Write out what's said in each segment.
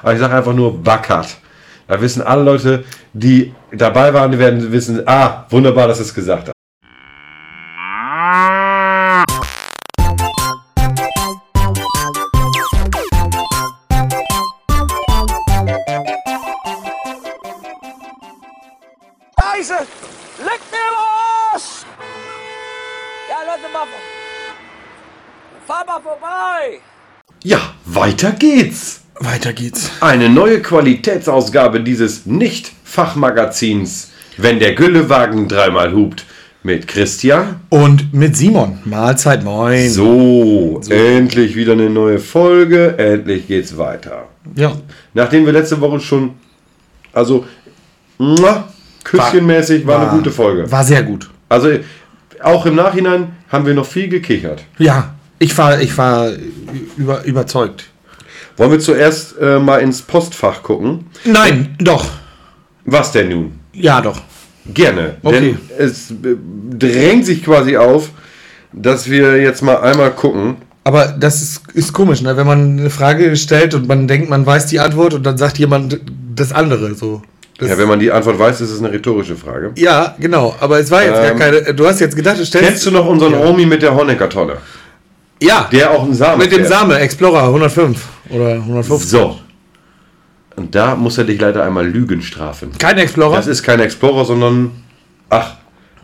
Aber ich sage einfach nur Backert. Da wissen alle Leute, die dabei waren, die werden wissen, ah, wunderbar, dass es gesagt hat. Scheiße! Leck mir los! Ja, Leute, mal. Fahr mal vorbei! Ja, weiter geht's. Weiter geht's. Eine neue Qualitätsausgabe dieses Nicht-Fachmagazins. Wenn der Güllewagen dreimal hupt. Mit Christian. Und mit Simon. Mahlzeit, moin. So, endlich wieder eine neue Folge. Endlich geht's weiter. Ja. Nachdem wir letzte Woche schon, also, mua, küsschenmäßig war, eine gute Folge. Äh, War sehr gut. Also, auch im Nachhinein haben wir noch viel gekichert. Ja, ich war, ich war über, überzeugt. Wollen wir zuerst äh, mal ins Postfach gucken? Nein, doch. Was denn nun? Ja, doch. Gerne. Okay. Denn es äh, drängt sich quasi auf, dass wir jetzt mal einmal gucken. Aber das ist, ist komisch, ne? wenn man eine Frage stellt und man denkt, man weiß die Antwort und dann sagt jemand das andere so. Das, Ja, wenn man die Antwort weiß, ist es eine rhetorische Frage. ja, genau. Aber es war jetzt Ähm, gar keine. Du hast jetzt gedacht, du stellst. Kennst du noch unseren Romy mit der Honecker-Tonne? ja, Der auch einen Samen mit dem fährt. Same, Explorer 105 oder 150. So. Und da muss er dich leider einmal Lügen strafen. Kein Explorer? Das ist kein Explorer, sondern. Ach,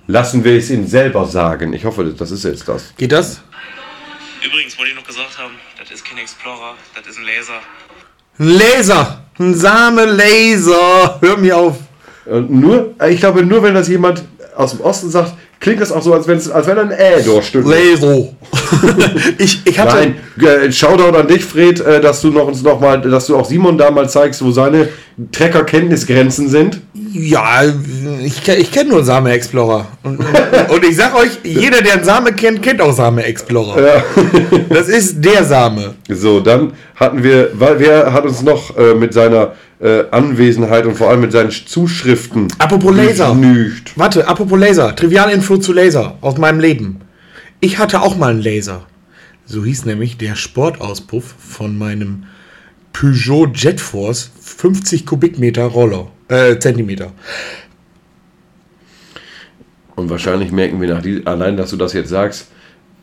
lassen wir es ihm selber sagen. Ich hoffe, das ist jetzt das. Geht das? Übrigens wollte ich noch gesagt haben, das ist kein Explorer, das ist ein Laser. Ein Laser! Ein Same-Laser! Hör mir auf! Und nur, ich glaube, nur wenn das jemand aus dem Osten sagt, klingt das auch so, als, wenn's- als wenn ein Äh durchstünde. Laser. ich, ich hatte. Nein, äh, Shoutout an dich, Fred, äh, dass du noch uns noch mal, dass du auch Simon da mal zeigst, wo seine Trecker-Kenntnisgrenzen sind. Ja, ich, ke- ich kenne nur Same Explorer. Und, und ich sag euch, jeder, der einen Same kennt, kennt auch Same Explorer. das ist der Same. So, dann hatten wir, weil wer hat uns noch äh, mit seiner äh, Anwesenheit und vor allem mit seinen Zuschriften Apropos Laser. genügt? Warte, apropos Laser. Trivialinfo zu Laser aus meinem Leben. Ich hatte auch mal einen Laser. So hieß nämlich der Sportauspuff von meinem Peugeot JetForce 50 Kubikmeter Roller. Äh, Zentimeter. Und wahrscheinlich merken wir nach die, allein, dass du das jetzt sagst,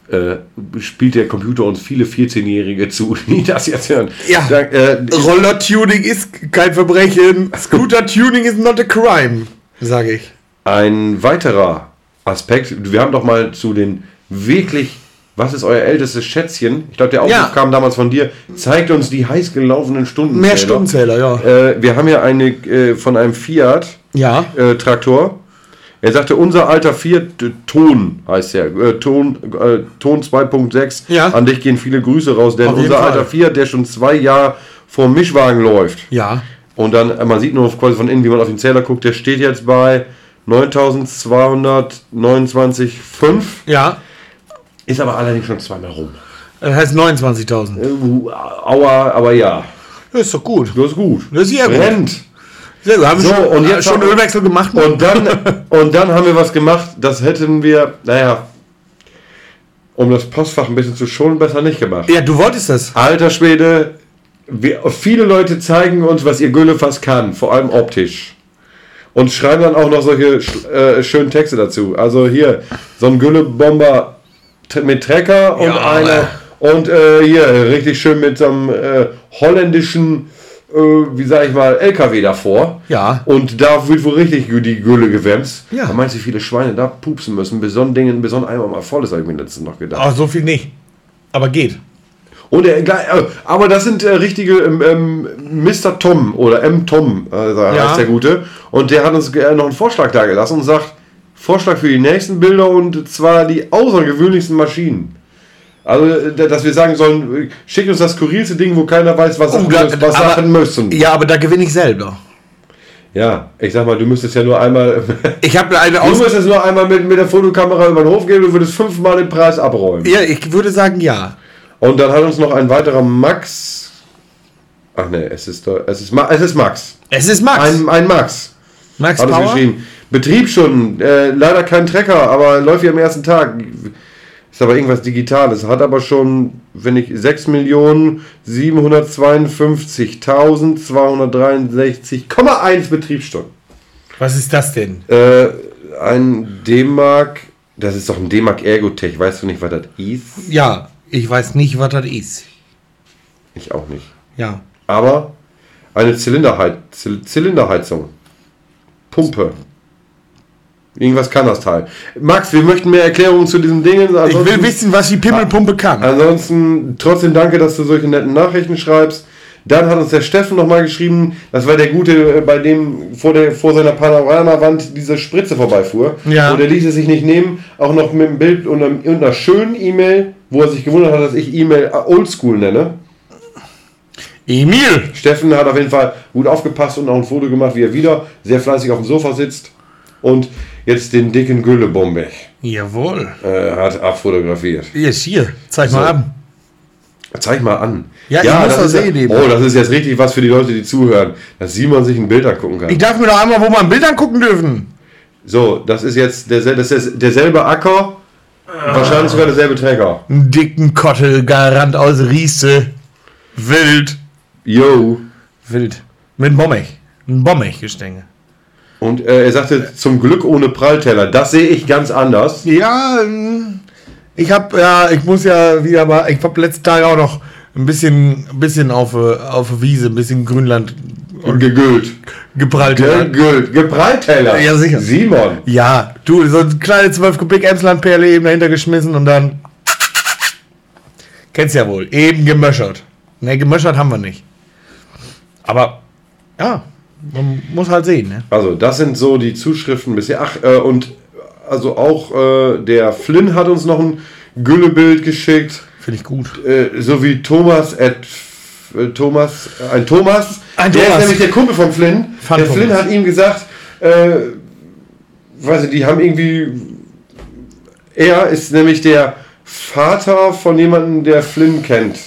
äh, spielt der Computer uns viele 14-Jährige zu, die das jetzt hören. Ja. Dann, äh, Roller-Tuning ist kein Verbrechen. Scooter-Tuning is not a crime, sage ich. Ein weiterer Aspekt, wir haben doch mal zu den wirklich, was ist euer ältestes Schätzchen? Ich glaube, der Aufruf Ja. kam damals von dir, zeigt uns die heiß gelaufenen Stunden. Mehr Stundenzähler, ja. Äh, wir haben hier eine äh, von einem Ja. Fiat-Traktor. er sagte, unser alter Fiat äh, Ton heißt der, äh, Ton, äh, Ton 2.6. Ja. An dich gehen viele Grüße raus, denn Auf jeden unser Fall. alter Fiat, der schon zwei Jahre vor dem Mischwagen läuft. Ja. Und dann, äh, man sieht nur quasi von innen, wie man auf den Zähler guckt, der steht jetzt bei 9.229,5. Ja. Ist aber allerdings schon zweimal rum. Das heißt 29.000. Äh, uh, Aua, aber ja. Das ist doch gut. Das ist gut. Das ist ja gut. Brennt. Wir haben So, schon, äh, und jetzt schon haben wir- Ölwechsel gemacht. ne? Und dann, und dann haben wir was gemacht, das hätten wir, naja, um das Postfach ein bisschen zu schonen, besser nicht gemacht. ja, du wolltest das. Alter Schwede, wir, viele Leute zeigen uns, was ihr Güllefass kann, vor allem optisch. Und schreiben dann auch noch solche sch- äh, schönen Texte dazu. Also hier, so ein Güllebomber t- mit Trecker und Ja, einer. Und äh, hier, richtig schön mit so einem äh, holländischen, äh, wie sag ich mal, LKW davor. Ja. Und da wird wohl richtig gü- die Gülle gewämst. Ja. Da meinst du, wie viele Schweine da pupsen müssen, bis so ein Ding, bis so ein Eimer mal voll ist, habe ich mir letztens noch gedacht. Aber so viel nicht. Aber geht. Und er, äh, aber das sind äh, richtige ähm, ähm, Mr. Tom oder M. Tom, äh, Ja. heißt der Gute. Und der hat uns äh, noch einen Vorschlag da gelassen und sagt, Vorschlag für die nächsten Bilder und zwar die außergewöhnlichsten Maschinen. Also, äh, dass wir sagen sollen, äh, schickt uns das skurrilste Ding, wo keiner weiß, was, Oh, da- was, was aber- Sachen müssen. Ja, aber da gewinne ich selber. Ja, ich sag mal, du müsstest ja nur einmal, Ich habe eine du Aus müsstest nur einmal mit, mit der Fotokamera über den Hof gehen und würdest fünfmal den Preis abräumen. Ja, ich würde sagen ja. Und dann hat uns noch ein weiterer Max. Ach ne, es ist, doch- es ist, Ma- es ist Max. Es ist Max. Ein, ein Max Max hat uns Power. geschrieben. Betrieb schon, äh, leider kein Trecker, aber läuft ja am ersten Tag. Ist aber irgendwas Digitales. Hat aber schon, wenn ich 6.752.263,1 Betriebsstunden. Was ist das denn? Äh, ein D-Mark, das ist doch ein D-Mark Ergotech. Weißt du nicht, was das ist? Ja, ich weiß nicht, was das ist. Ich auch nicht. Ja. Aber eine Zylinderheiz Zyl- Zylinderheizung. Pumpe. Irgendwas kann das Teil. Max, wir möchten mehr Erklärungen zu diesem Ding. Ich will Ansonsten- wissen, was die Pimmelpumpe kann. Ansonsten trotzdem danke, dass du solche netten Nachrichten schreibst. Dann hat uns der Steffen nochmal geschrieben, das war der Gute, äh, bei dem vor, der, vor seiner Panoramawand diese Spritze vorbeifuhr. Ja. Und er ließ es sich nicht nehmen, auch noch mit einem Bild und, einem, und einer schönen E-Mail, wo er sich gewundert hat, dass ich E-Mail äh, oldschool nenne. Emil! Steffen hat auf jeden Fall gut aufgepasst und auch ein Foto gemacht, wie er wieder sehr fleißig auf dem Sofa sitzt und jetzt den dicken Güllebombe Jawohl. äh, hat abfotografiert. Jetzt hier, zeig mal ab. Zeig mal an. Ja, ich muss das ist sehen ja, eben. Oh, das ist jetzt richtig was für die Leute, die zuhören, dass Simon sich ein Bild angucken Ich kann. darf mir doch einmal, wo man Bildern gucken dürfen. So, das ist jetzt dersel- das ist derselbe Acker, wahrscheinlich sogar derselbe Träger. Einen dicken Kottel, Garant aus Riese. Wild. Yo. Wild. Mit Bommech. Ein Bommech-Gestänge. Und äh, er sagte, zum Glück ohne Prallteller. Das sehe ich ganz anders. Ja, ähm, ich hab, ja, ich muss ja wieder mal, ich hab letzten Tage auch noch ein bisschen, ein bisschen auf, äh, auf der Wiese, ein bisschen Grünland Und gegült. geprallt. Gegült. Geprallteller. Ja, sicher. Simon. Ja, du, so eine kleine 12 Kubik Emsland-Perle eben dahinter geschmissen und dann. Kennst ja wohl. Eben gemöschert. Ne, gemöschert haben wir nicht. Aber, ja, man muss halt sehen, ne? Also, das sind so die Zuschriften bisher. Ach, äh, und also auch äh, der Flynn hat uns noch ein Güllebild geschickt. Finde ich gut. äh, so wie Thomas at äh, Thomas, äh, ein Thomas, Ein der Thomas. ist nämlich der Kumpel von Flynn. der Fun Thomas. Flynn hat ihm gesagt, äh, weiß nicht, die haben irgendwie, er ist nämlich der Vater von jemandem, der Flynn kennt.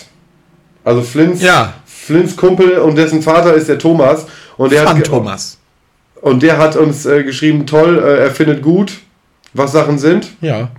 Also Flynns, Ja. Flynns Kumpel und dessen Vater ist der Thomas. Und der, An hat, ge- Thomas. und der hat uns äh, geschrieben, toll, äh, er findet gut, was Sachen sind. Ja.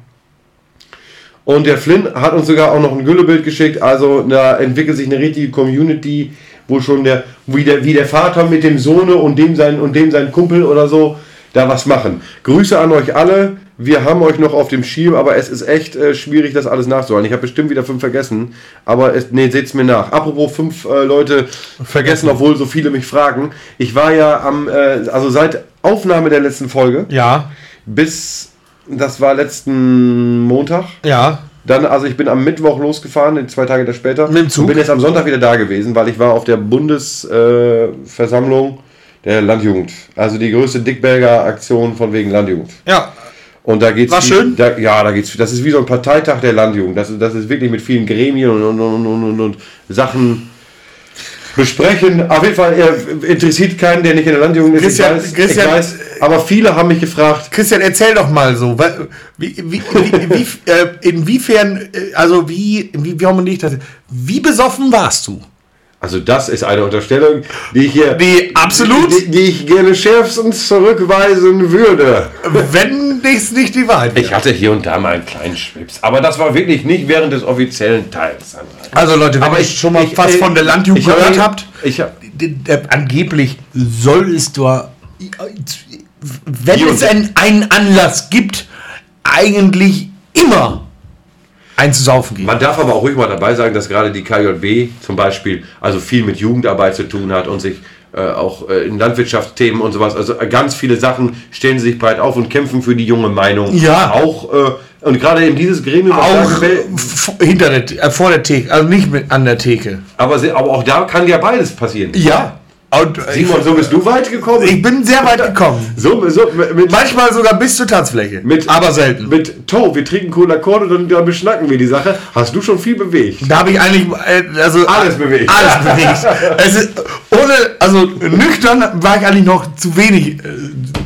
Und der Flynn hat uns sogar auch noch ein Güllebild geschickt. Also da entwickelt sich eine richtige Community, wo schon der wie der, wie der Vater mit dem Sohne und dem sein und dem sein Kumpel oder so da was machen. Grüße an euch alle. Wir haben euch noch auf dem Schirm, aber es ist echt äh, schwierig, das alles nachzuholen. Ich habe bestimmt wieder fünf vergessen, aber es, nee, seht's mir nach. Apropos fünf äh, Leute vergessen, obwohl so viele mich fragen. Ich war ja am, äh, also seit Aufnahme der letzten Folge Ja. bis, das war letzten Montag, Ja. dann, also ich bin am Mittwoch losgefahren, zwei Tage da später. Mit dem Zug? Und bin jetzt am Sonntag wieder da gewesen, weil ich war auf der Bundesversammlung äh, Versammlung der Landjugend. Also die größte Dickberger Aktion von wegen Landjugend. Ja. Und da geht's. War wie- schön? Da, ja, da geht's. Das ist wie so ein Parteitag der Landjugend. Das, ist- das ist wirklich mit vielen Gremien und, und, und, und, und, und Sachen besprechen. Auf jeden Fall äh, interessiert keinen, der nicht in der Landjugend ist. Christian- ich weiß, Christian- ich weiß, aber viele haben mich gefragt, Christian, erzähl doch mal so, wa- wie, wie, wie, wie, äh, inwiefern, äh, also wie, wie, wie harmoniert das? Wie besoffen warst du? Also das ist eine Unterstellung, die ich hier, Die absolut? die, die ich gerne schärfstens zurückweisen würde. Wenn dies nicht die Wahrheit wäre. Ich hatte hier und da mal einen kleinen Schwips, aber das war wirklich nicht während des offiziellen Teils. Also Leute, wenn ihr schon mal was äh, von der Landjugend ich habe- gehört habt, ich habe d- d- äh, angeblich soll es da, wenn Jugend. es ein, einen Anlass gibt, eigentlich immer einzusaufen gehen. Man darf aber auch ruhig mal dabei sagen, dass gerade die KJB zum Beispiel also viel mit Jugendarbeit zu tun hat und sich äh, auch äh, in Landwirtschaftsthemen und sowas, also ganz viele Sachen stellen sie sich breit auf und kämpfen für die junge Meinung. Ja. Auch, äh, und gerade in dieses Gremium, was da Auch gewählt- f- hinter der, Th- äh, vor der Theke, also nicht mit an der Theke. Aber, sie, aber auch da kann ja beides passieren. Ja. Und äh, Simon, so bist du weit gekommen. ich bin sehr weit gekommen. so, so, mit, Manchmal sogar bis zur Tanzfläche. mit, aber selten. Mit, to, wir trinken Cola Korn und dann, dann beschnacken wir die Sache. Hast du schon viel bewegt. Da habe ich eigentlich äh, also Alles bewegt. Alles bewegt. Es ist, ohne, also nüchtern war ich eigentlich noch zu wenig äh,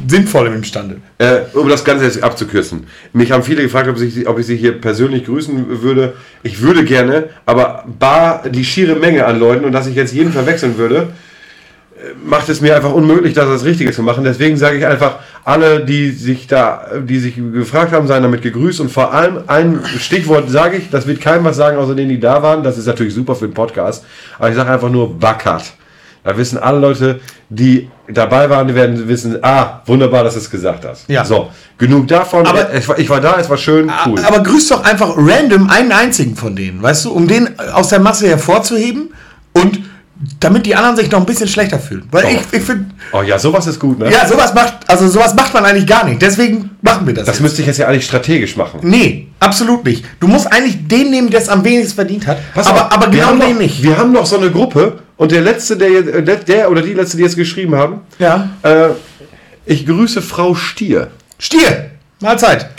sinnvoll imstande. Äh, um das Ganze jetzt abzukürzen. Mich haben viele gefragt, ob ich, ob ich sie hier persönlich grüßen würde. Ich würde gerne, aber bar die schiere Menge an Leuten und dass ich jetzt jeden verwechseln würde, macht es mir einfach unmöglich, das als Richtige zu machen. Deswegen sage ich einfach, alle, die sich da, die sich gefragt haben, seien damit gegrüßt. Und vor allem ein Stichwort sage ich, das wird keinem was sagen, außer denen, die da waren. Das ist natürlich super für den Podcast. Aber ich sage einfach nur Backert. Da wissen alle Leute, die dabei waren, die werden wissen, ah, wunderbar, dass du es gesagt hast. Ja. So, genug davon. Aber- ich, war, ich war da, es war schön, cool. Ah, Aber grüß doch einfach random einen einzigen von denen, weißt du, um den aus der Masse hervorzuheben und damit die anderen sich noch ein bisschen schlechter fühlen. Weil Doch. ich, ich finde, oh ja, sowas ist gut, ne? ja, sowas macht, also sowas macht man eigentlich gar nicht. Deswegen machen wir das. Das jetzt. müsste ich jetzt ja eigentlich strategisch machen. nee, absolut nicht. Du musst eigentlich den nehmen, der es am wenigsten verdient hat. Pass aber auf, aber wir genau haben den noch, nicht. Wir haben noch so eine Gruppe und der letzte, der, jetzt- äh, der oder die letzte, die jetzt geschrieben haben, Ja. äh, ich grüße Frau Stier. Stier, Mahlzeit.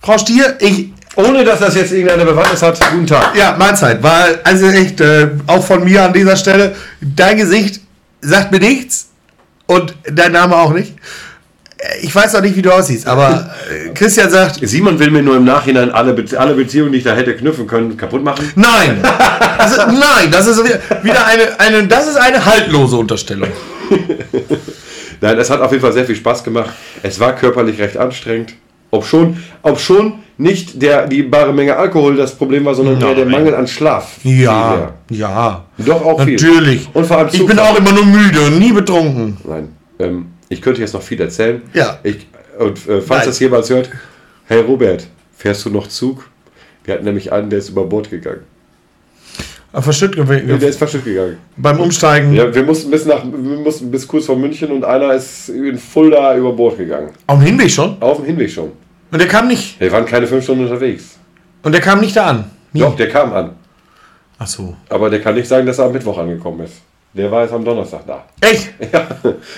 Frau Stier, ich, Ohne dass das jetzt irgendeine Bewandtnis hat, guten Tag. Ja, Mahlzeit. War also echt äh, auch von mir an dieser Stelle. Dein Gesicht sagt mir nichts und dein Name auch nicht. Äh, Ich weiß auch nicht, wie du aussiehst, aber äh, Christian sagt, Simon will mir nur im Nachhinein alle, Be alle Beziehungen, die ich da hätte knüpfen können, kaputt machen. nein. Also, nein, das ist wieder- wieder eine, eine, das ist eine haltlose Unterstellung. Nein, es hat auf jeden Fall sehr viel Spaß gemacht. Es war körperlich recht anstrengend. Ob schon, ob schon nicht der, die bare Menge Alkohol das Problem war, sondern eher der Mangel an Schlaf. Ja, ja. Doch auch viel. Natürlich. Und vor allem ich bin Zufall. auch immer nur müde und nie betrunken. Nein. Ähm, ich könnte jetzt noch viel erzählen. Ja. Ich, und äh, falls Nein. das jemand hört, hey Robert, fährst du noch Zug? Wir hatten nämlich einen, der ist über Bord gegangen. Verschütt Nee, Der ist verschütt gegangen. beim Umsteigen. Ja, wir mussten bis nach, wir mussten bis kurz vor München und einer ist in Fulda über Bord gegangen. Am Hinweg schon. Auf dem Hinweg schon. Und der kam nicht. Wir waren keine fünf Stunden unterwegs. Und der kam nicht da an. Nie. Doch, der kam an. Ach so. Aber der kann nicht sagen, dass er am Mittwoch angekommen ist. Der war jetzt am Donnerstag da. Echt?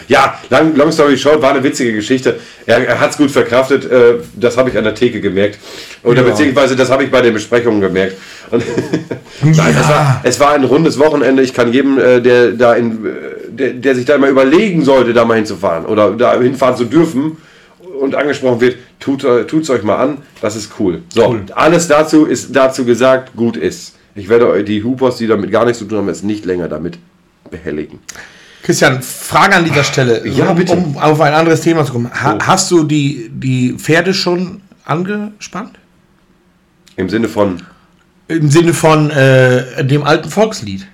Ja, lang, long story short, war eine witzige Geschichte. Er, er hat es gut verkraftet, äh, das habe ich an der Theke gemerkt. Oder Ja. beziehungsweise das habe ich bei den Besprechungen gemerkt. Und Nein, Ja. es, war, es war ein rundes Wochenende. Ich kann jedem, äh, der, da in, äh, der, der sich da immer überlegen sollte, da mal hinzufahren oder da hinfahren zu dürfen und angesprochen wird, tut es euch mal an, das ist cool. So, alles dazu ist dazu gesagt, gut ist. Ich werde eu- die Hupers, die damit gar nichts zu tun haben, jetzt nicht länger damit behelligen. Christian, Frage an dieser Stelle, Ja, um, bitte. um auf ein anderes Thema zu kommen. Ha, Oh. Hast du die, die Pferde schon angespannt? Im Sinne von Im Sinne von äh, dem alten Volkslied.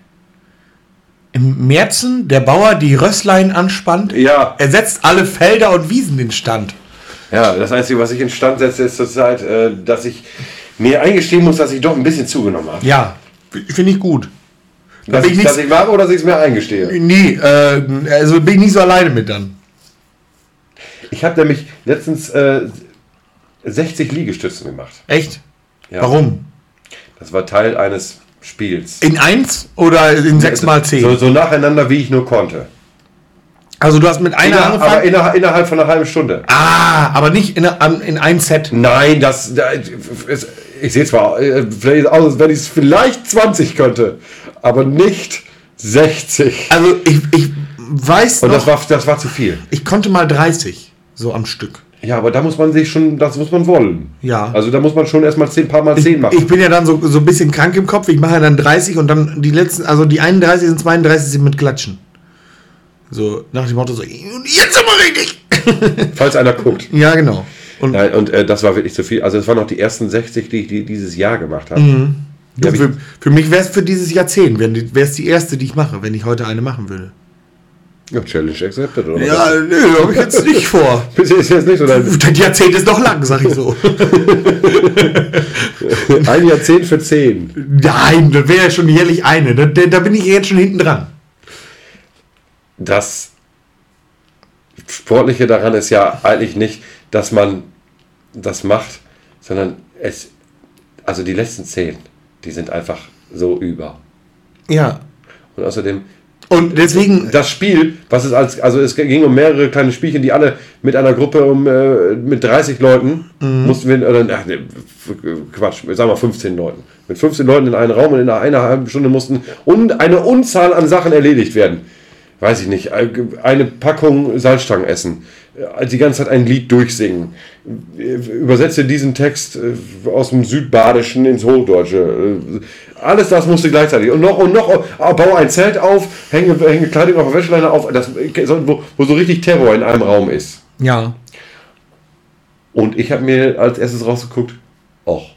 Im Märzen der Bauer die Rösslein anspannt, Ja, er setzt alle Felder und Wiesen in Stand. ja, das Einzige, was ich instand setze, ist zurzeit, äh, dass ich mir eingestehen muss, dass ich doch ein bisschen zugenommen habe. Ja, finde ich gut. dass, bin ich, ich dass nix- ich war oder dass ich es mir eingestehe. Nee, äh, also bin ich nicht so alleine mit dann. Ich habe nämlich letztens äh, 60 Liegestützen gemacht. Echt? Ja. Warum? Das war Teil eines Spiels. In 1 oder in 6 mal 10? So, so nacheinander, wie ich nur konnte. Also du hast mit einer Inner, aber angefangen? inner, innerhalb von einer halben Stunde. ah, aber nicht in, an- in ein Set. Nein, das. da- es- Ich sehe zwar äh, vielleicht aus, als wenn ich es vielleicht 20 könnte, aber nicht 60. Also ich, ich weiß Und noch, das war, das war zu viel. ich konnte mal 30 so am Stück. Ja, aber da muss man sich schon, das muss man wollen. Ja. Also da muss man schon erstmal zehn paar mal zehn machen. Ich bin ja dann so, so ein bisschen krank im Kopf. Ich mache ja dann 30 und dann die letzten, also die 31 und 32 sind mit Klatschen. So nach dem Motto so, und jetzt aber richtig. falls einer guckt. Ja, genau. Und Nein, und äh, das war wirklich zu viel. Also es waren noch die ersten 60, die ich die, dieses Jahr gemacht habe. du, Ja, wie- für, für mich wäre es für dieses Jahrzehnt, wäre es die erste, die ich mache, wenn ich heute eine machen würde. Ja, Challenge accepted, oder? was? Ja, nö, habe ich jetzt nicht vor. Das ist jetzt nicht so dein, Das Jahrzehnt ist noch lang, sag ich so. ein Jahrzehnt für zehn. Nein, das wäre ja schon jährlich eine. Da, da, da bin ich jetzt schon hinten dran. Das Sportliche daran ist ja eigentlich nicht, dass man das macht, sondern es, also die letzten zehn, die sind einfach so über. Ja. Und außerdem, Und deswegen, das Spiel, was es als, also es ging um mehrere kleine Spielchen, die alle mit einer Gruppe um äh, mit 30 Leuten mussten wir, oder ach, nee, Quatsch, sagen wir 15 Leuten. Mit 15 Leuten in einen Raum und in einer halben Stunde mussten und eine Unzahl an Sachen erledigt werden. weiß ich nicht, äh, eine Packung Salzstangen essen, äh, die ganze Zeit ein Lied durchsingen. Äh, Übersetze diesen Text äh, aus dem Südbadischen ins Hochdeutsche. Äh, Alles das musste gleichzeitig. Und noch, und noch, äh, baue ein Zelt auf, hänge, hänge Kleidung auf der Wäscheleine auf, das, wo, wo so richtig Terror in einem Raum ist. Ja. Und ich habe mir als erstes rausgeguckt, ach,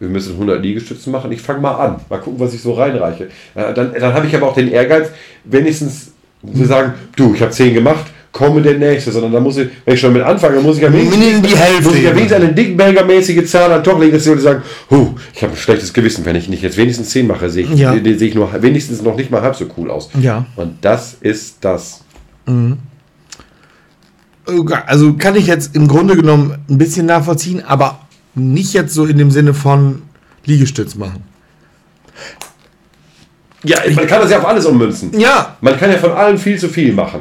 wir müssen 100 Liegestützen machen. Ich fange mal an. Mal gucken, was ich so reinreiche. Äh, Dann, dann habe ich aber auch den Ehrgeiz, wenigstens zu sagen, du, ich habe 10 gemacht, komme der nächste. Sondern da muss ich, wenn ich schon mit anfange, muss ich am wenigstens, Minimum die Hälfte. muss ich am wenigstens eine Dickberger-mäßige Zahl an Top legen, dass die Leute sagen, huh, ich habe ein schlechtes Gewissen. Wenn ich nicht jetzt wenigstens 10 mache, sehe ich, Ja. äh, sehe ich nur wenigstens noch nicht mal halb so cool aus. Ja. Und das ist das. Also kann ich jetzt im Grunde genommen ein bisschen nachvollziehen, aber nicht jetzt so in dem Sinne von Liegestütz machen. Ja, man kann das ja auf alles ummünzen. Ja, Man kann ja von allem viel zu viel machen.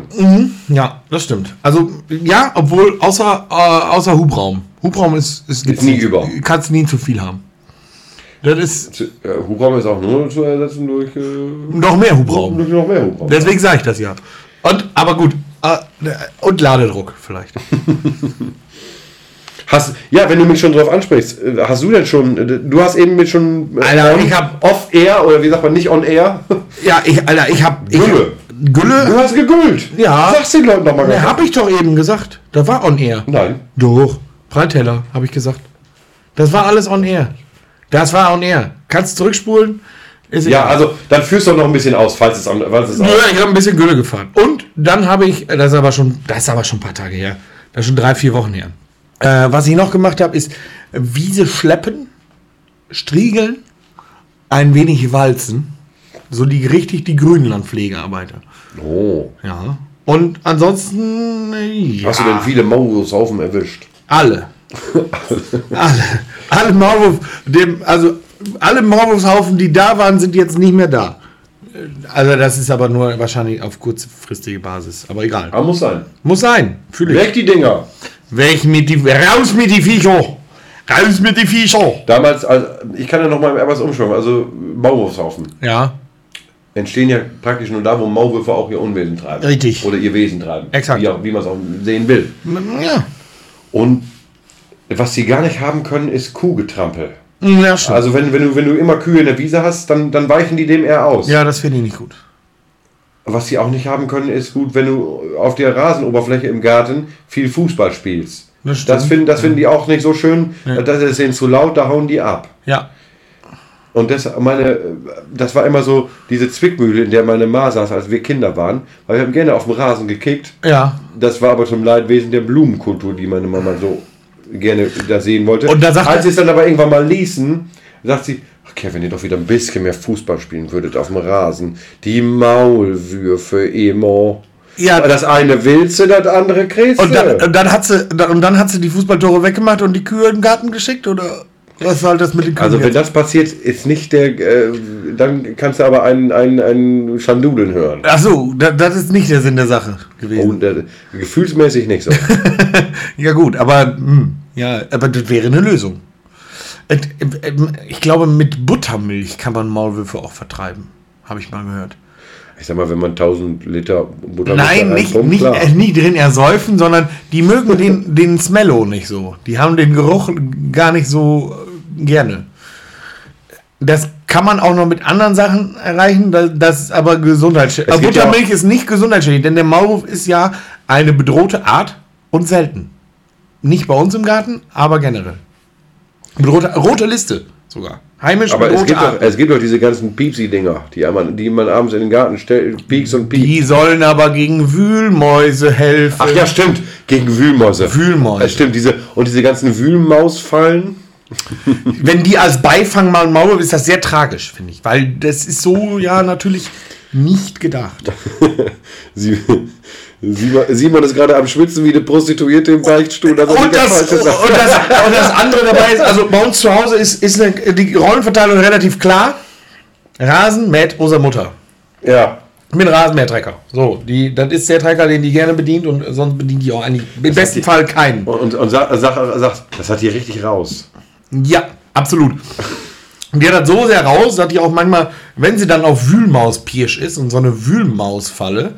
ja, das stimmt. Also ja, obwohl außer, äh, außer Hubraum. Hubraum ist, ist, gibt's nie nicht. über. Kannst nie zu viel haben. Das ist Zu- äh, Hubraum ist auch nur zu ersetzen durch, äh, noch mehr Hubraum. durch noch mehr Hubraum. Deswegen sage ich das ja. Und, aber gut. äh, Und Ladedruck vielleicht. Hast, ja, wenn du mich schon drauf ansprichst, äh, hast du denn schon, äh, du hast eben mit schon äh, Alter, on, ich hab- off-air oder wie sagt man, nicht on-air, Ja, ich, Alter, ich hab. Ich, Gülle. du Gülle? hast gegült. Ja. Sag's den Leuten doch mal Ne, ganz- hab ich doch eben gesagt. Da war on air. Nein. Doch. Breiteller, habe ich gesagt. Das war alles on air. Das war on air. Kannst zurückspulen? Ist Ja, egal. also dann führst du doch noch ein bisschen aus, falls es, an- falls es Ja, aus. ich habe ein bisschen Gülle gefahren. Und dann habe ich, äh, das ist aber schon, das ist aber schon ein paar Tage her. Das ist schon drei, vier Wochen her. Äh, was ich noch gemacht habe, ist äh, Wiese schleppen, striegeln, ein wenig walzen. So die richtig die Grünlandpflegearbeiter. Oh. Ja. Und ansonsten. äh, Ja, Hast du denn viele Maulwurfshaufen erwischt? alle. alle. Alle Maulwurf, dem, also alle Maulwurfshaufen, die da waren, sind jetzt nicht mehr da. Äh, Also das ist aber nur wahrscheinlich auf kurzfristige Basis. Aber egal. Ah, muss sein. Muss sein. Fühle ich. Weg die Dinger. Weg mit die. Raus mit die Viecher! Raus mit die Viecher! Damals, also, ich kann ja noch mal etwas umschwimmen, also Maulwurfshaufen Ja, entstehen ja praktisch nur da, wo Maulwürfe auch ihr Unwesen treiben. Richtig. Oder ihr Wesen treiben. Exakt. Wie, auch- wie man es auch sehen will. ja. Und was sie gar nicht haben können, ist Kuhgetrampel. Ja, schon. Also wenn, wenn, du, wenn du immer Kühe in der Wiese hast, dann, dann weichen die dem eher aus. ja, das finde ich nicht gut. Was sie auch nicht haben können, ist gut, wenn du auf der Rasenoberfläche im Garten viel Fußball spielst. Das stimmt. Das, finden, das finden die auch nicht so schön. Das ist denen zu laut, da hauen die ab. Ja. Und das, meine, das war immer so diese Zwickmühle, in der meine Ma saß, als wir Kinder waren. Weil wir haben gerne auf dem Rasen gekickt. Ja. Das war aber zum Leidwesen der Blumenkultur, die meine Mama so gerne da sehen wollte. Und da sagt Als er- sie es dann aber irgendwann mal ließen, sagt sie, ach Kevin, wenn ihr doch wieder ein bisschen mehr Fußball spielen würdet auf dem Rasen. Die Maulwürfe, Emo. Ja. Das eine willst du, das andere kriegst du. Und äh, dann, und dann hat sie dann, und dann hat sie die Fußballtore weggemacht und die Kühe in den Garten geschickt oder was war das mit den Kühen? also wenn jetzt? das passiert, ist nicht der, äh, dann kannst du aber einen, einen, einen Schandudeln hören. Ach so, da, das ist nicht der Sinn der Sache gewesen. Und, äh, gefühlsmäßig nicht so. Ja gut, aber hm, ja, aber das wäre eine Lösung. Et- ähm, ähm, Ich glaube, mit Buttermilch kann man Maulwürfe auch vertreiben, habe ich mal gehört. Ich sag mal, wenn man 1000 Liter Butter Nein, nicht, reinpumpt, nicht, halt klar. äh, nicht drin ersäufen, sondern die mögen den, den Smello nicht so. Die haben den Geruch gar nicht so äh, gerne. Das kann man auch noch mit anderen Sachen erreichen, da- das ist aber gesundheitsschädlich. Es Aber gibt ja Buttermilch ist nicht gesundheitsschädlich, denn der Maulwurf ist ja eine bedrohte Art und selten. Nicht bei uns im Garten, aber generell. Bedrohte, rote Liste sogar. Heimisch Aber es bedrohte gibt, doch, Art. es gibt doch diese ganzen Piepsi-Dinger, die man, die man abends in den Garten stellt. Pieks und Pieps. Die sollen aber gegen Wühlmäuse helfen. Ach ja, stimmt. Gegen Wühlmäuse. Wühlmäuse. Ja, stimmt, diese, und diese ganzen Wühlmausfallen. Wenn die als Beifang mal einen Maulwurf, ist das sehr tragisch, finde ich. Weil das ist so ja natürlich nicht gedacht. Sie, Simon, Simon ist gerade am Schwitzen wie eine Prostituierte im Beichtstuhl. Das ist Und Also der das, und, falsche das, Satz. und das andere dabei ist, also bei uns zu Hause ist, ist eine, die Rollenverteilung relativ klar. Rasen, Matt, Osa Mutter. Ja. Mit Rasenmähertrecker. So, die, das ist der Trecker, den die gerne bedient und sonst bedient die auch eigentlich im besten die- Fall keinen. Und, und, und sag, sag, sag, das hat hier richtig raus. Ja, absolut. Und Die hat das so sehr raus, dass die auch manchmal, wenn sie dann auf Wühlmaus pirsch ist und so eine Wühlmausfalle,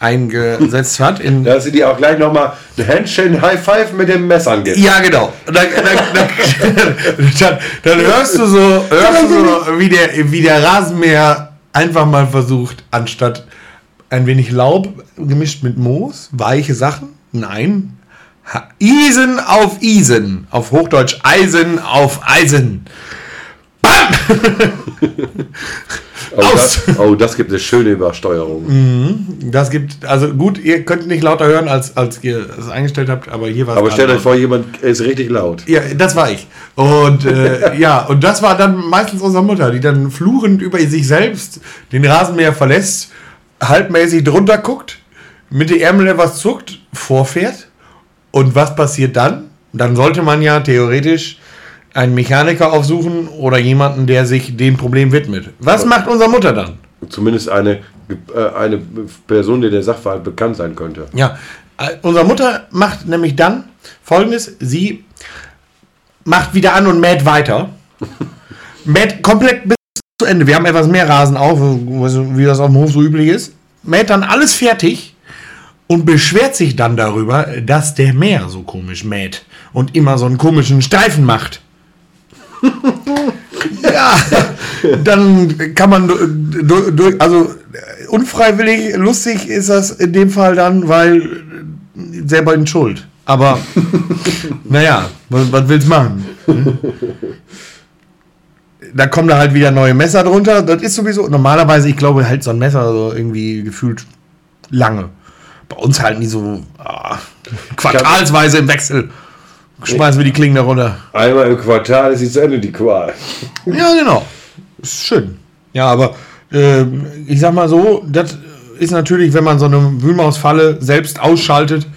eingesetzt hat. In, Dass sie dir auch gleich nochmal ein Handshake High Five mit dem Messer angeht. Ja, genau. Und Dann, dann, dann, dann, dann hörst du so, hörst du so wie, der, wie der Rasenmäher einfach mal versucht, anstatt ein wenig Laub gemischt mit Moos, weiche Sachen, nein, Ha- Isen auf Isen, auf Hochdeutsch Eisen auf Eisen. oh, aus! Das, oh, das gibt eine schöne Übersteuerung. Das gibt, also gut, ihr könnt nicht lauter hören, als, als ihr es eingestellt habt, aber hier war es Aber stellt gerade euch vor, jemand ist richtig laut. Ja, das war ich. Und äh, ja, und das war dann meistens unsere Mutter, die dann fluchend über sich selbst den Rasenmäher verlässt, halbmäßig drunter guckt, mit den Ärmeln etwas zuckt, vorfährt. Und was passiert dann? Dann sollte man ja theoretisch einen Mechaniker aufsuchen oder jemanden, der sich dem Problem widmet. Was macht unsere Mutter dann? Zumindest eine, äh, eine Person, der der Sachverhalt bekannt sein könnte. Ja, äh, unsere Mutter macht nämlich dann folgendes: Sie macht wieder an und mäht weiter. mäht komplett bis zu Ende. Wir haben etwas mehr Rasen auf, also wie das auf dem Hof so üblich ist. Mäht dann alles fertig und beschwert sich dann darüber, dass der Mäher so komisch mäht und immer so einen komischen Streifen macht. ja, dann kann man du- du- durch, also äh, unfreiwillig lustig ist das in dem Fall dann, weil äh, selber in Schuld. Aber naja, was, was willst du machen? Hm? Da kommen da halt wieder neue Messer drunter. Das ist sowieso normalerweise, ich glaube, halt so ein Messer so irgendwie gefühlt lange. Bei uns halt nie so ah, quartalsweise im Wechsel. Schmeißen wir die Klingen da runter. Einmal im Quartal ist sie zu Ende, die Qual. Ja, genau. Ist schön. Ja, aber ähm, ich sag mal so, das ist natürlich, wenn man so eine Wühlmausfalle selbst ausschaltet,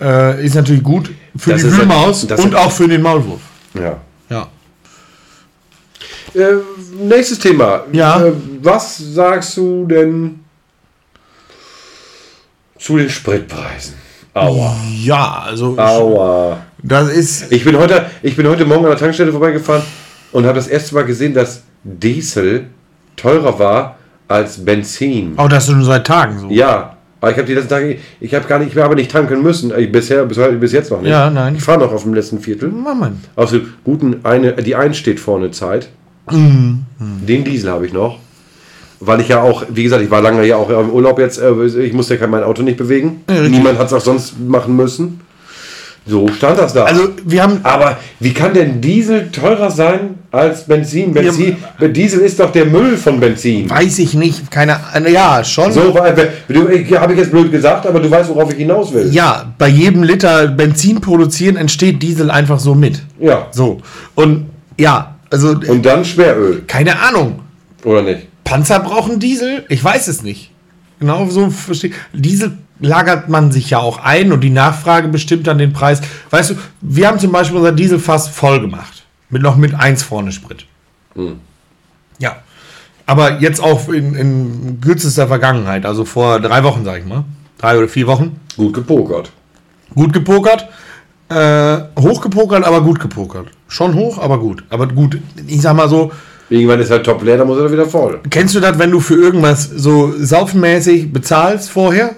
äh, ist natürlich gut für Das die ist- Wühlmaus das- und auch für den Maulwurf. Ja. Ja. Äh, nächstes Thema. Ja. Äh, was sagst du denn zu den Spritpreisen? Aua. Ja, also Aua. das ist. Ich bin heute, ich bin heute Morgen an der Tankstelle vorbeigefahren und habe das erste Mal gesehen, dass Diesel teurer war als Benzin. Auch das ist schon seit Tagen so. Ja, aber ich habe die letzten Tage, ich habe gar nicht, ich habe aber nicht tanken müssen. Ich bisher, bis, heute- bis jetzt noch nicht. Ja, nein. Ich fahre noch auf dem letzten Viertel. Mann, Mann. Aus dem guten, eine, die eins steht vorne Zeit. Mm, Den Diesel habe ich noch. Weil ich ja auch, wie gesagt, ich war lange ja auch im Urlaub jetzt. äh, Ich musste ja kein- mein Auto nicht bewegen. Niemand hat es auch sonst machen müssen. So stand das da. Also wir haben. aber wie kann denn Diesel teurer sein als Benzin? Benzin Diesel ist doch der Müll von Benzin. Weiß ich nicht, keine Ahnung. Ja, schon. So, habe ich jetzt blöd gesagt, aber du weißt, worauf ich hinaus will. Ja, bei jedem Liter Benzin produzieren entsteht Diesel einfach so mit. Ja. So. Und ja, also Und dann Schweröl, keine Ahnung. oder nicht? Panzer brauchen Diesel? Ich weiß es nicht. Genau so verstehe Diesel lagert man sich ja auch ein und die Nachfrage bestimmt dann den Preis. Weißt du, wir haben zum Beispiel unser Diesel fast voll gemacht. Mit noch mit 1 vorne Sprit. Ja. Aber jetzt auch in, in kürzester Vergangenheit, also vor drei Wochen, sag ich mal. Drei oder vier Wochen. Gut gepokert. Gut gepokert. Äh, hoch gepokert, aber gut gepokert. Schon hoch, aber gut. Aber gut, ich sag mal so, Irgendwann ist halt top leer, dann muss er wieder voll. Kennst du das, wenn du für irgendwas so saufenmäßig bezahlst vorher?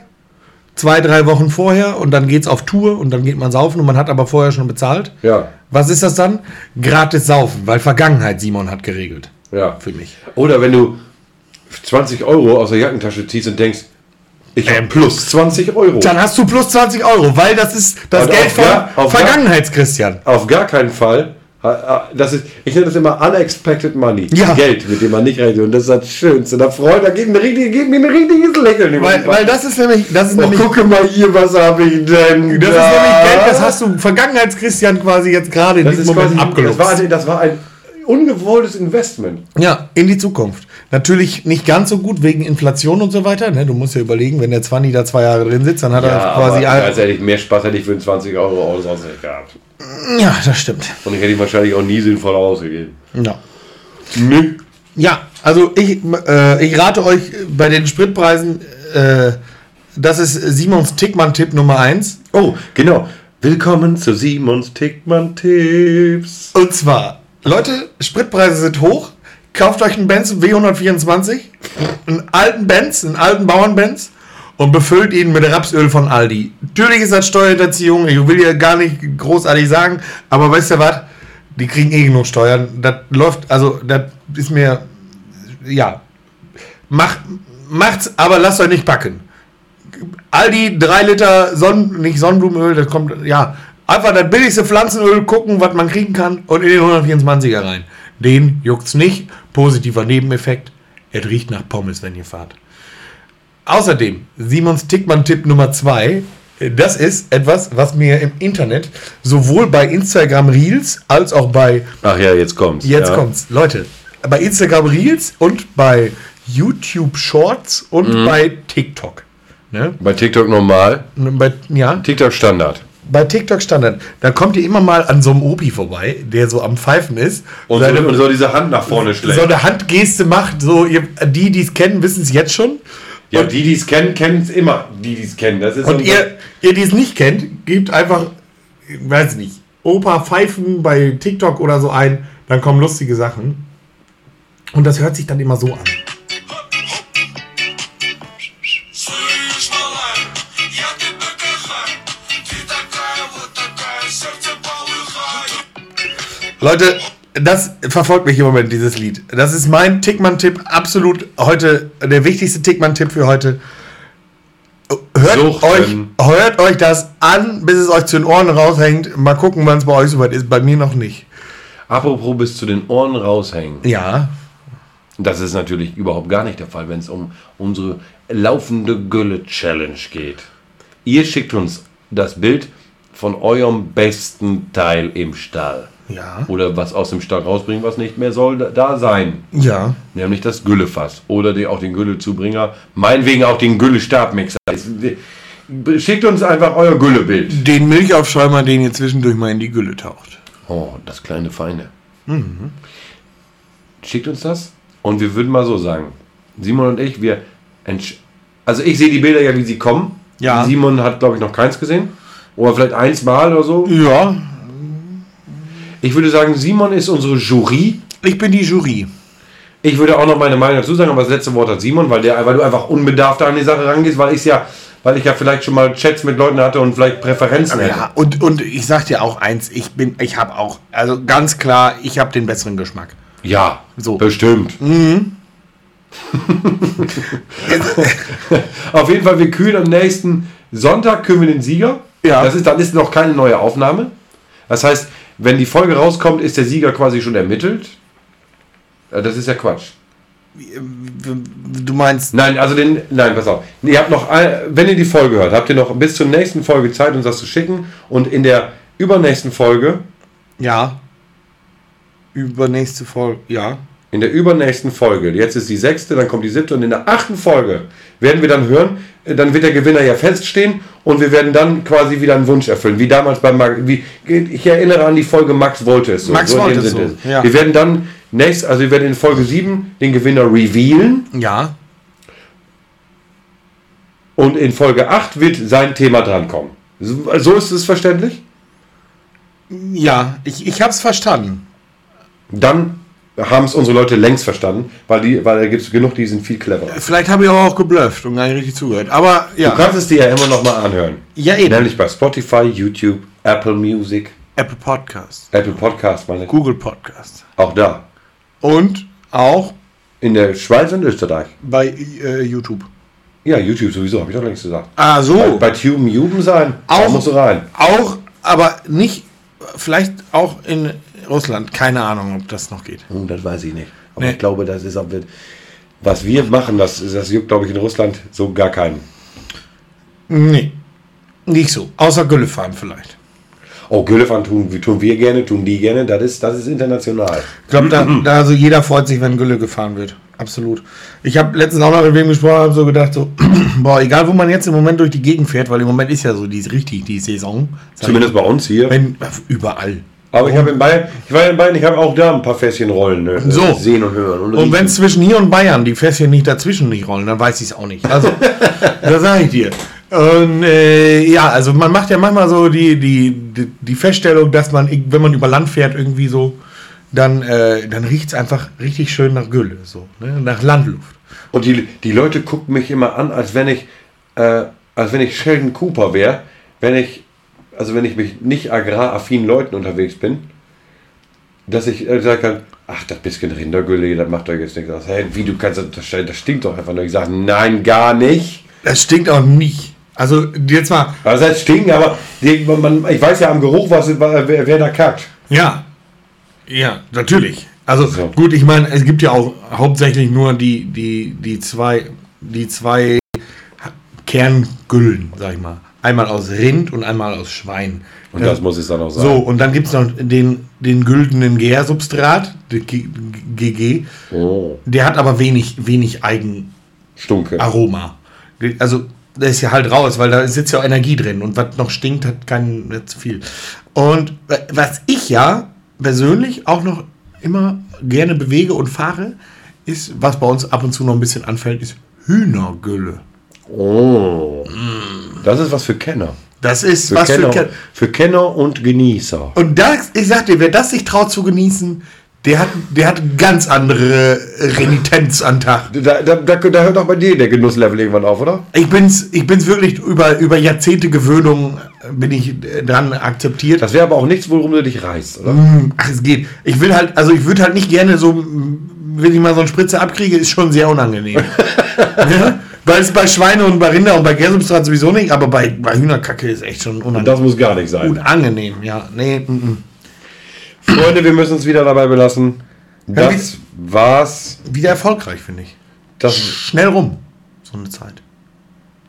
Zwei, drei Wochen vorher und dann geht's auf Tour und dann geht man saufen und man hat aber vorher schon bezahlt. Ja, Was ist das dann? Gratis saufen, weil Vergangenheit Simon hat geregelt. ja. Für mich. Oder wenn du 20 Euro aus der Jackentasche ziehst und denkst, ich habe plus 20 Euro. Ähm, Dann hast du plus 20 Euro, weil das ist das Und Geld auf von Ja- auf Ja- Vergangenheits-Christian. Auf gar keinen Fall. Ha- ha- Das ist, ich nenne das immer unexpected money. Ja. Geld, mit dem man nicht rechnet. Und das ist das Schönste. Da freut, da geht mir, richtig, geht mir ein richtiges Lächeln über Weil, den weil Bauch. das ist nämlich, das ist Oh, nämlich, gucke mal hier, was habe ich denn? das da? ist nämlich Geld, das hast du Vergangenheits-Christian quasi jetzt gerade in Das diesem ist Moment quasi, das, war, abgelockt. ein- das war ein ungewolltes Investment. Ja, in die Zukunft. Natürlich nicht ganz so gut wegen Inflation und so weiter. Ne? Du musst ja überlegen, wenn der 20 da zwei Jahre drin sitzt, dann hat er quasi. ganz Ein, ehrlich, mehr Spaß hätte ich für den 20 Euro Autos sonst nicht gehabt. ja, das stimmt. Und ich hätte ihn wahrscheinlich auch nie sinnvoll ausgegeben. Ja. Nö. ja, also ich, äh, ich rate euch bei den Spritpreisen, äh, das ist Simons Tickmann-Tipp Nummer 1. Oh, genau. Willkommen zu Simons Tickmann Tipps. Und zwar, Leute, Spritpreise sind hoch. Kauft euch einen Benz W124, einen alten Benz, einen alten Bauern-Benz und befüllt ihn mit Rapsöl von Aldi. Natürlich ist das Steuerhinterziehung, ich will ja gar nicht großartig sagen, aber weißt du was? Die kriegen eh genug Steuern. Das läuft, also das ist mir, ja, macht, macht's, aber lasst euch nicht backen. Aldi, 3 Liter Sonnen, nicht Sonnenblumenöl, das kommt, ja, einfach das billigste Pflanzenöl gucken, was man kriegen kann und in den 124er rein. Den juckt's nicht. Positiver Nebeneffekt, es riecht nach Pommes, wenn ihr fahrt. Außerdem, Simons Tickmann-Tipp Nummer 2. Das ist etwas, was mir im Internet sowohl bei Instagram Reels als auch bei Ach ja, jetzt kommt's. Jetzt ja. kommt's. Leute, bei Instagram Reels und bei YouTube Shorts und bei TikTok. Ne? Bei TikTok normal. Und Bei, ja, TikTok Standard. bei TikTok Standard. Da kommt ihr immer mal an so einem Opi vorbei, der so am Pfeifen ist. Und Seine- so, und so diese Hand nach vorne so schlägt. eine Handgeste macht. So, ihr, die, die es kennen, wissen es jetzt schon. Ja, die, die es kennen, kennen es immer. Die, die es kennen. Das ist so Und ein- ihr, ihr, die es nicht kennt, gebt einfach, ich weiß nicht, Opa Pfeifen bei TikTok oder so ein, dann kommen lustige Sachen. Und das hört sich dann immer so an. Слышь, малая, я тебя кахаю Ты такая вот такая, сердце полыхает Leute, das verfolgt mich im Moment, dieses Lied. Das ist mein Tickmann-Tipp, absolut heute, der wichtigste Tickmann-Tipp für heute. Hört Suchten. euch, hört euch das an, bis es euch zu den Ohren raushängt. Mal gucken, wann es bei euch soweit ist. Bei mir noch nicht. Apropos bis zu den Ohren raushängen. Ja, Das ist natürlich überhaupt gar nicht der Fall, wenn es um unsere laufende Gülle-Challenge geht. Ihr schickt uns das Bild von eurem besten Teil im Stall. Ja. Oder was aus dem Stall rausbringen, was nicht mehr soll da- da sein. ja. Nämlich das Güllefass. Oder die, auch den Güllezubringer. Meinetwegen auch den Güllestabmixer. Es- Schickt uns einfach euer Güllebild. Den Milchaufschäumer, den ihr zwischendurch mal in die Gülle taucht. Oh, das kleine Feine. Mhm. Schickt uns das und wir würden mal so sagen, Simon und ich, wir entsch also ich sehe die Bilder ja, wie sie kommen. Ja. Simon hat, glaube ich, noch keins gesehen. Oder vielleicht eins mal oder so. Ja, Ich würde sagen, Simon ist unsere Jury. ich bin die Jury. Ich würde auch noch meine Meinung dazu sagen, aber das letzte Wort hat Simon, weil, der, weil du einfach unbedarft an die Sache rangehst, weil ich ja, weil ich ja vielleicht schon mal Chats mit Leuten hatte und vielleicht Präferenzen hätte. Ja, und, und ich sag dir auch eins, ich bin, ich habe auch, also ganz klar, ich habe den besseren Geschmack. Ja, So. Mhm. bestimmt. Auf jeden Fall, wir kühlen am nächsten Sonntag kühlen wir den Sieger. Ja. Das ist, dann ist noch keine neue Aufnahme. Das heißt, wenn die Folge rauskommt, ist der Sieger quasi schon ermittelt. Äh, Das ist ja Quatsch. Du meinst, Nein, also den. Nein, pass auf. Ihr habt noch, ein- wenn ihr die Folge hört, habt ihr noch bis zur nächsten Folge Zeit, uns das zu schicken. Und in der übernächsten Folge, ja. Übernächste Folge, ja. in der übernächsten Folge, jetzt ist die sechste, dann kommt die siebte und in der achten Folge werden wir dann hören, äh, dann wird der Gewinner ja feststehen und wir werden dann quasi wieder einen Wunsch erfüllen, wie damals bei Max, wie, ich erinnere an die Folge Max wollte es so. Max so in wollte dem es Sinne so, ist. ja. Wir werden dann nächst, also wir werden in Folge 7 den Gewinner revealen Ja. und in Folge 8 wird sein Thema drankommen. So, so ist es verständlich? Ja, ich, ich hab's verstanden. Dann haben es unsere Leute längst verstanden, weil, die, weil da gibt es genug, die sind viel cleverer. Vielleicht habe ich aber auch geblufft und gar nicht richtig zugehört. Aber Du kannst es dir ja immer noch mal anhören. Ja, eben. Nämlich bei Spotify, YouTube, Apple Music, Apple Podcast, Apple Podcast, meine ich. Google Podcast. Auch da. Und auch In der Schweiz und Österreich. bei äh, YouTube. Ja, YouTube sowieso, habe ich doch längst gesagt. Ah, so. Bei, bei Tuben Juben sein, da Auch- musst du rein. Auch, aber nicht, vielleicht auch in Russland. Keine Ahnung, ob das noch geht. Hm, das weiß ich nicht. Aber Nee. ich glaube, das ist auch... wild. Was wir machen, das, das juckt, glaube ich, in Russland so gar keinen. Nee. Nicht so. Außer Gülle fahren vielleicht. Oh, Güllefan tun, tun wir gerne, tun die gerne. Das ist, das ist international. Ich glaube, da, da also jeder freut sich, wenn Gülle gefahren wird. Absolut. Ich habe letztens auch noch mit wem gesprochen, habe so gedacht, so, boah, egal wo man jetzt im Moment durch die Gegend fährt, weil im Moment ist ja so die, richtig die Saison. Sag Zumindest bei uns hier. ich, wenn überall. Aber ich habe in Bayern, ich war in Bayern, ich habe auch da ein paar Fässchen rollen. Ne? So. Sehen und hören. Und, Und wenn riechen. es zwischen hier und Bayern die Fässchen nicht dazwischen nicht rollen, dann weiß ich es auch nicht. Also, das sage ich dir. Und äh, ja, also man macht ja manchmal so die, die, die, die Feststellung, dass man, irg- wenn man über Land fährt, irgendwie so, dann, äh, dann riecht es einfach richtig schön nach Gülle, so, ne? nach Landluft. Und die, die Leute gucken mich immer an, als wenn ich äh, als wenn ich Sheldon Cooper wäre, wenn ich, also wenn ich mich nicht agraraffinen Leuten unterwegs bin, dass ich äh, sagen kann, ach, das bisschen Rindergülle, das macht euch jetzt nichts aus. Hey, wie, du kannst das unterstellen, das stinkt doch einfach nur. Ich sage, nein, gar nicht. Das stinkt auch nicht. Also jetzt mal, Also das stinkt, aber die- man, man, ich weiß ja am Geruch, was, wer, wer da kackt. ja. Ja, natürlich. Also So. gut, ich meine, es gibt ja auch hauptsächlich nur die, die, die zwei, die zwei Kerngüllen, sag ich mal. Einmal aus Rind und einmal aus Schwein. Und das muss es dann auch So, sein. und dann gibt es noch den, den güldenen Gärsubstrat, den G- G- GG. So. Oh, Der hat aber wenig, wenig Eigenaroma. Stunke. Also, der ist ja halt raus, weil da sitzt ja auch Energie drin. Und was noch stinkt, hat keinen nicht zu viel. Und wa- was ich ja persönlich auch noch immer gerne bewege und fahre, ist, was bei uns ab und zu noch ein bisschen anfällt, ist Hühnergülle. Oh. Das ist was für Kenner. Das ist Für, was Kenner, für Ken für Kenner und Genießer. Und das, ich sag dir, wer das sich traut zu genießen, der hat, der hat ganz andere Renitenz an Tag. Da, da, da, da hört auch bei dir der Genusslevel irgendwann auf, oder? Ich bin's, ich bin's wirklich über, über Jahrzehnte Gewöhnung äh, bin ich äh, dran akzeptiert. Das wäre aber auch nichts, worum du dich reißt, oder? Ach, es geht. Ich will halt, also ich würde halt nicht gerne so, mm, wenn ich mal so einen Spritzer abkriege, ist schon sehr unangenehm. ja? Weil es bei Schweine und bei Rinder und bei Gärsubstrat sowieso nicht, aber bei, bei Hühnerkacke ist echt schon unangenehm. Das muss gar nicht sein. Unangenehm, ja. Nee, mm, Freunde, wir müssen uns wieder dabei belassen. Das war's. mm. wieder erfolgreich, finde ich. Das Schnell rum, so eine Zeit.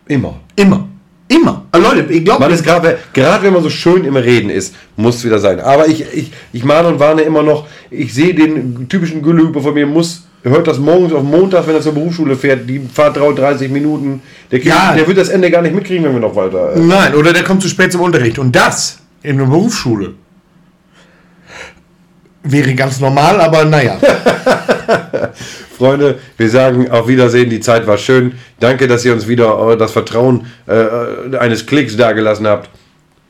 immer. Immer. Immer. Ah, Leute, ich glaube, Man ist gerade, gerade wenn man so schön im Reden ist, muss es wieder sein. Aber ich, ich, ich mahne und warne immer noch, ich sehe den typischen Güllehüper von mir, muss, hört das morgens auf Montag, wenn er zur Berufsschule fährt, die Fahrt dauert 30 Minuten. Der, Kind, Ja. der wird das Ende gar nicht mitkriegen, wenn wir noch weiter. Äh, Nein, oder der kommt zu spät zum Unterricht. Und das in der Berufsschule wäre ganz normal, aber naja. Freunde, wir sagen auf Wiedersehen, die Zeit war schön. Danke, dass ihr uns wieder äh, das Vertrauen äh, eines Klicks dagelassen habt.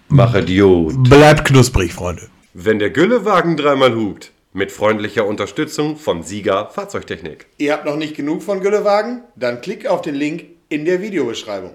Mache Diod. Bleibt knusprig, Freunde. Wenn der Güllewagen dreimal hupt, mit freundlicher Unterstützung von Sieger Fahrzeugtechnik. Ihr habt noch nicht genug von Güllewagen? Dann klickt auf den Link in der Videobeschreibung.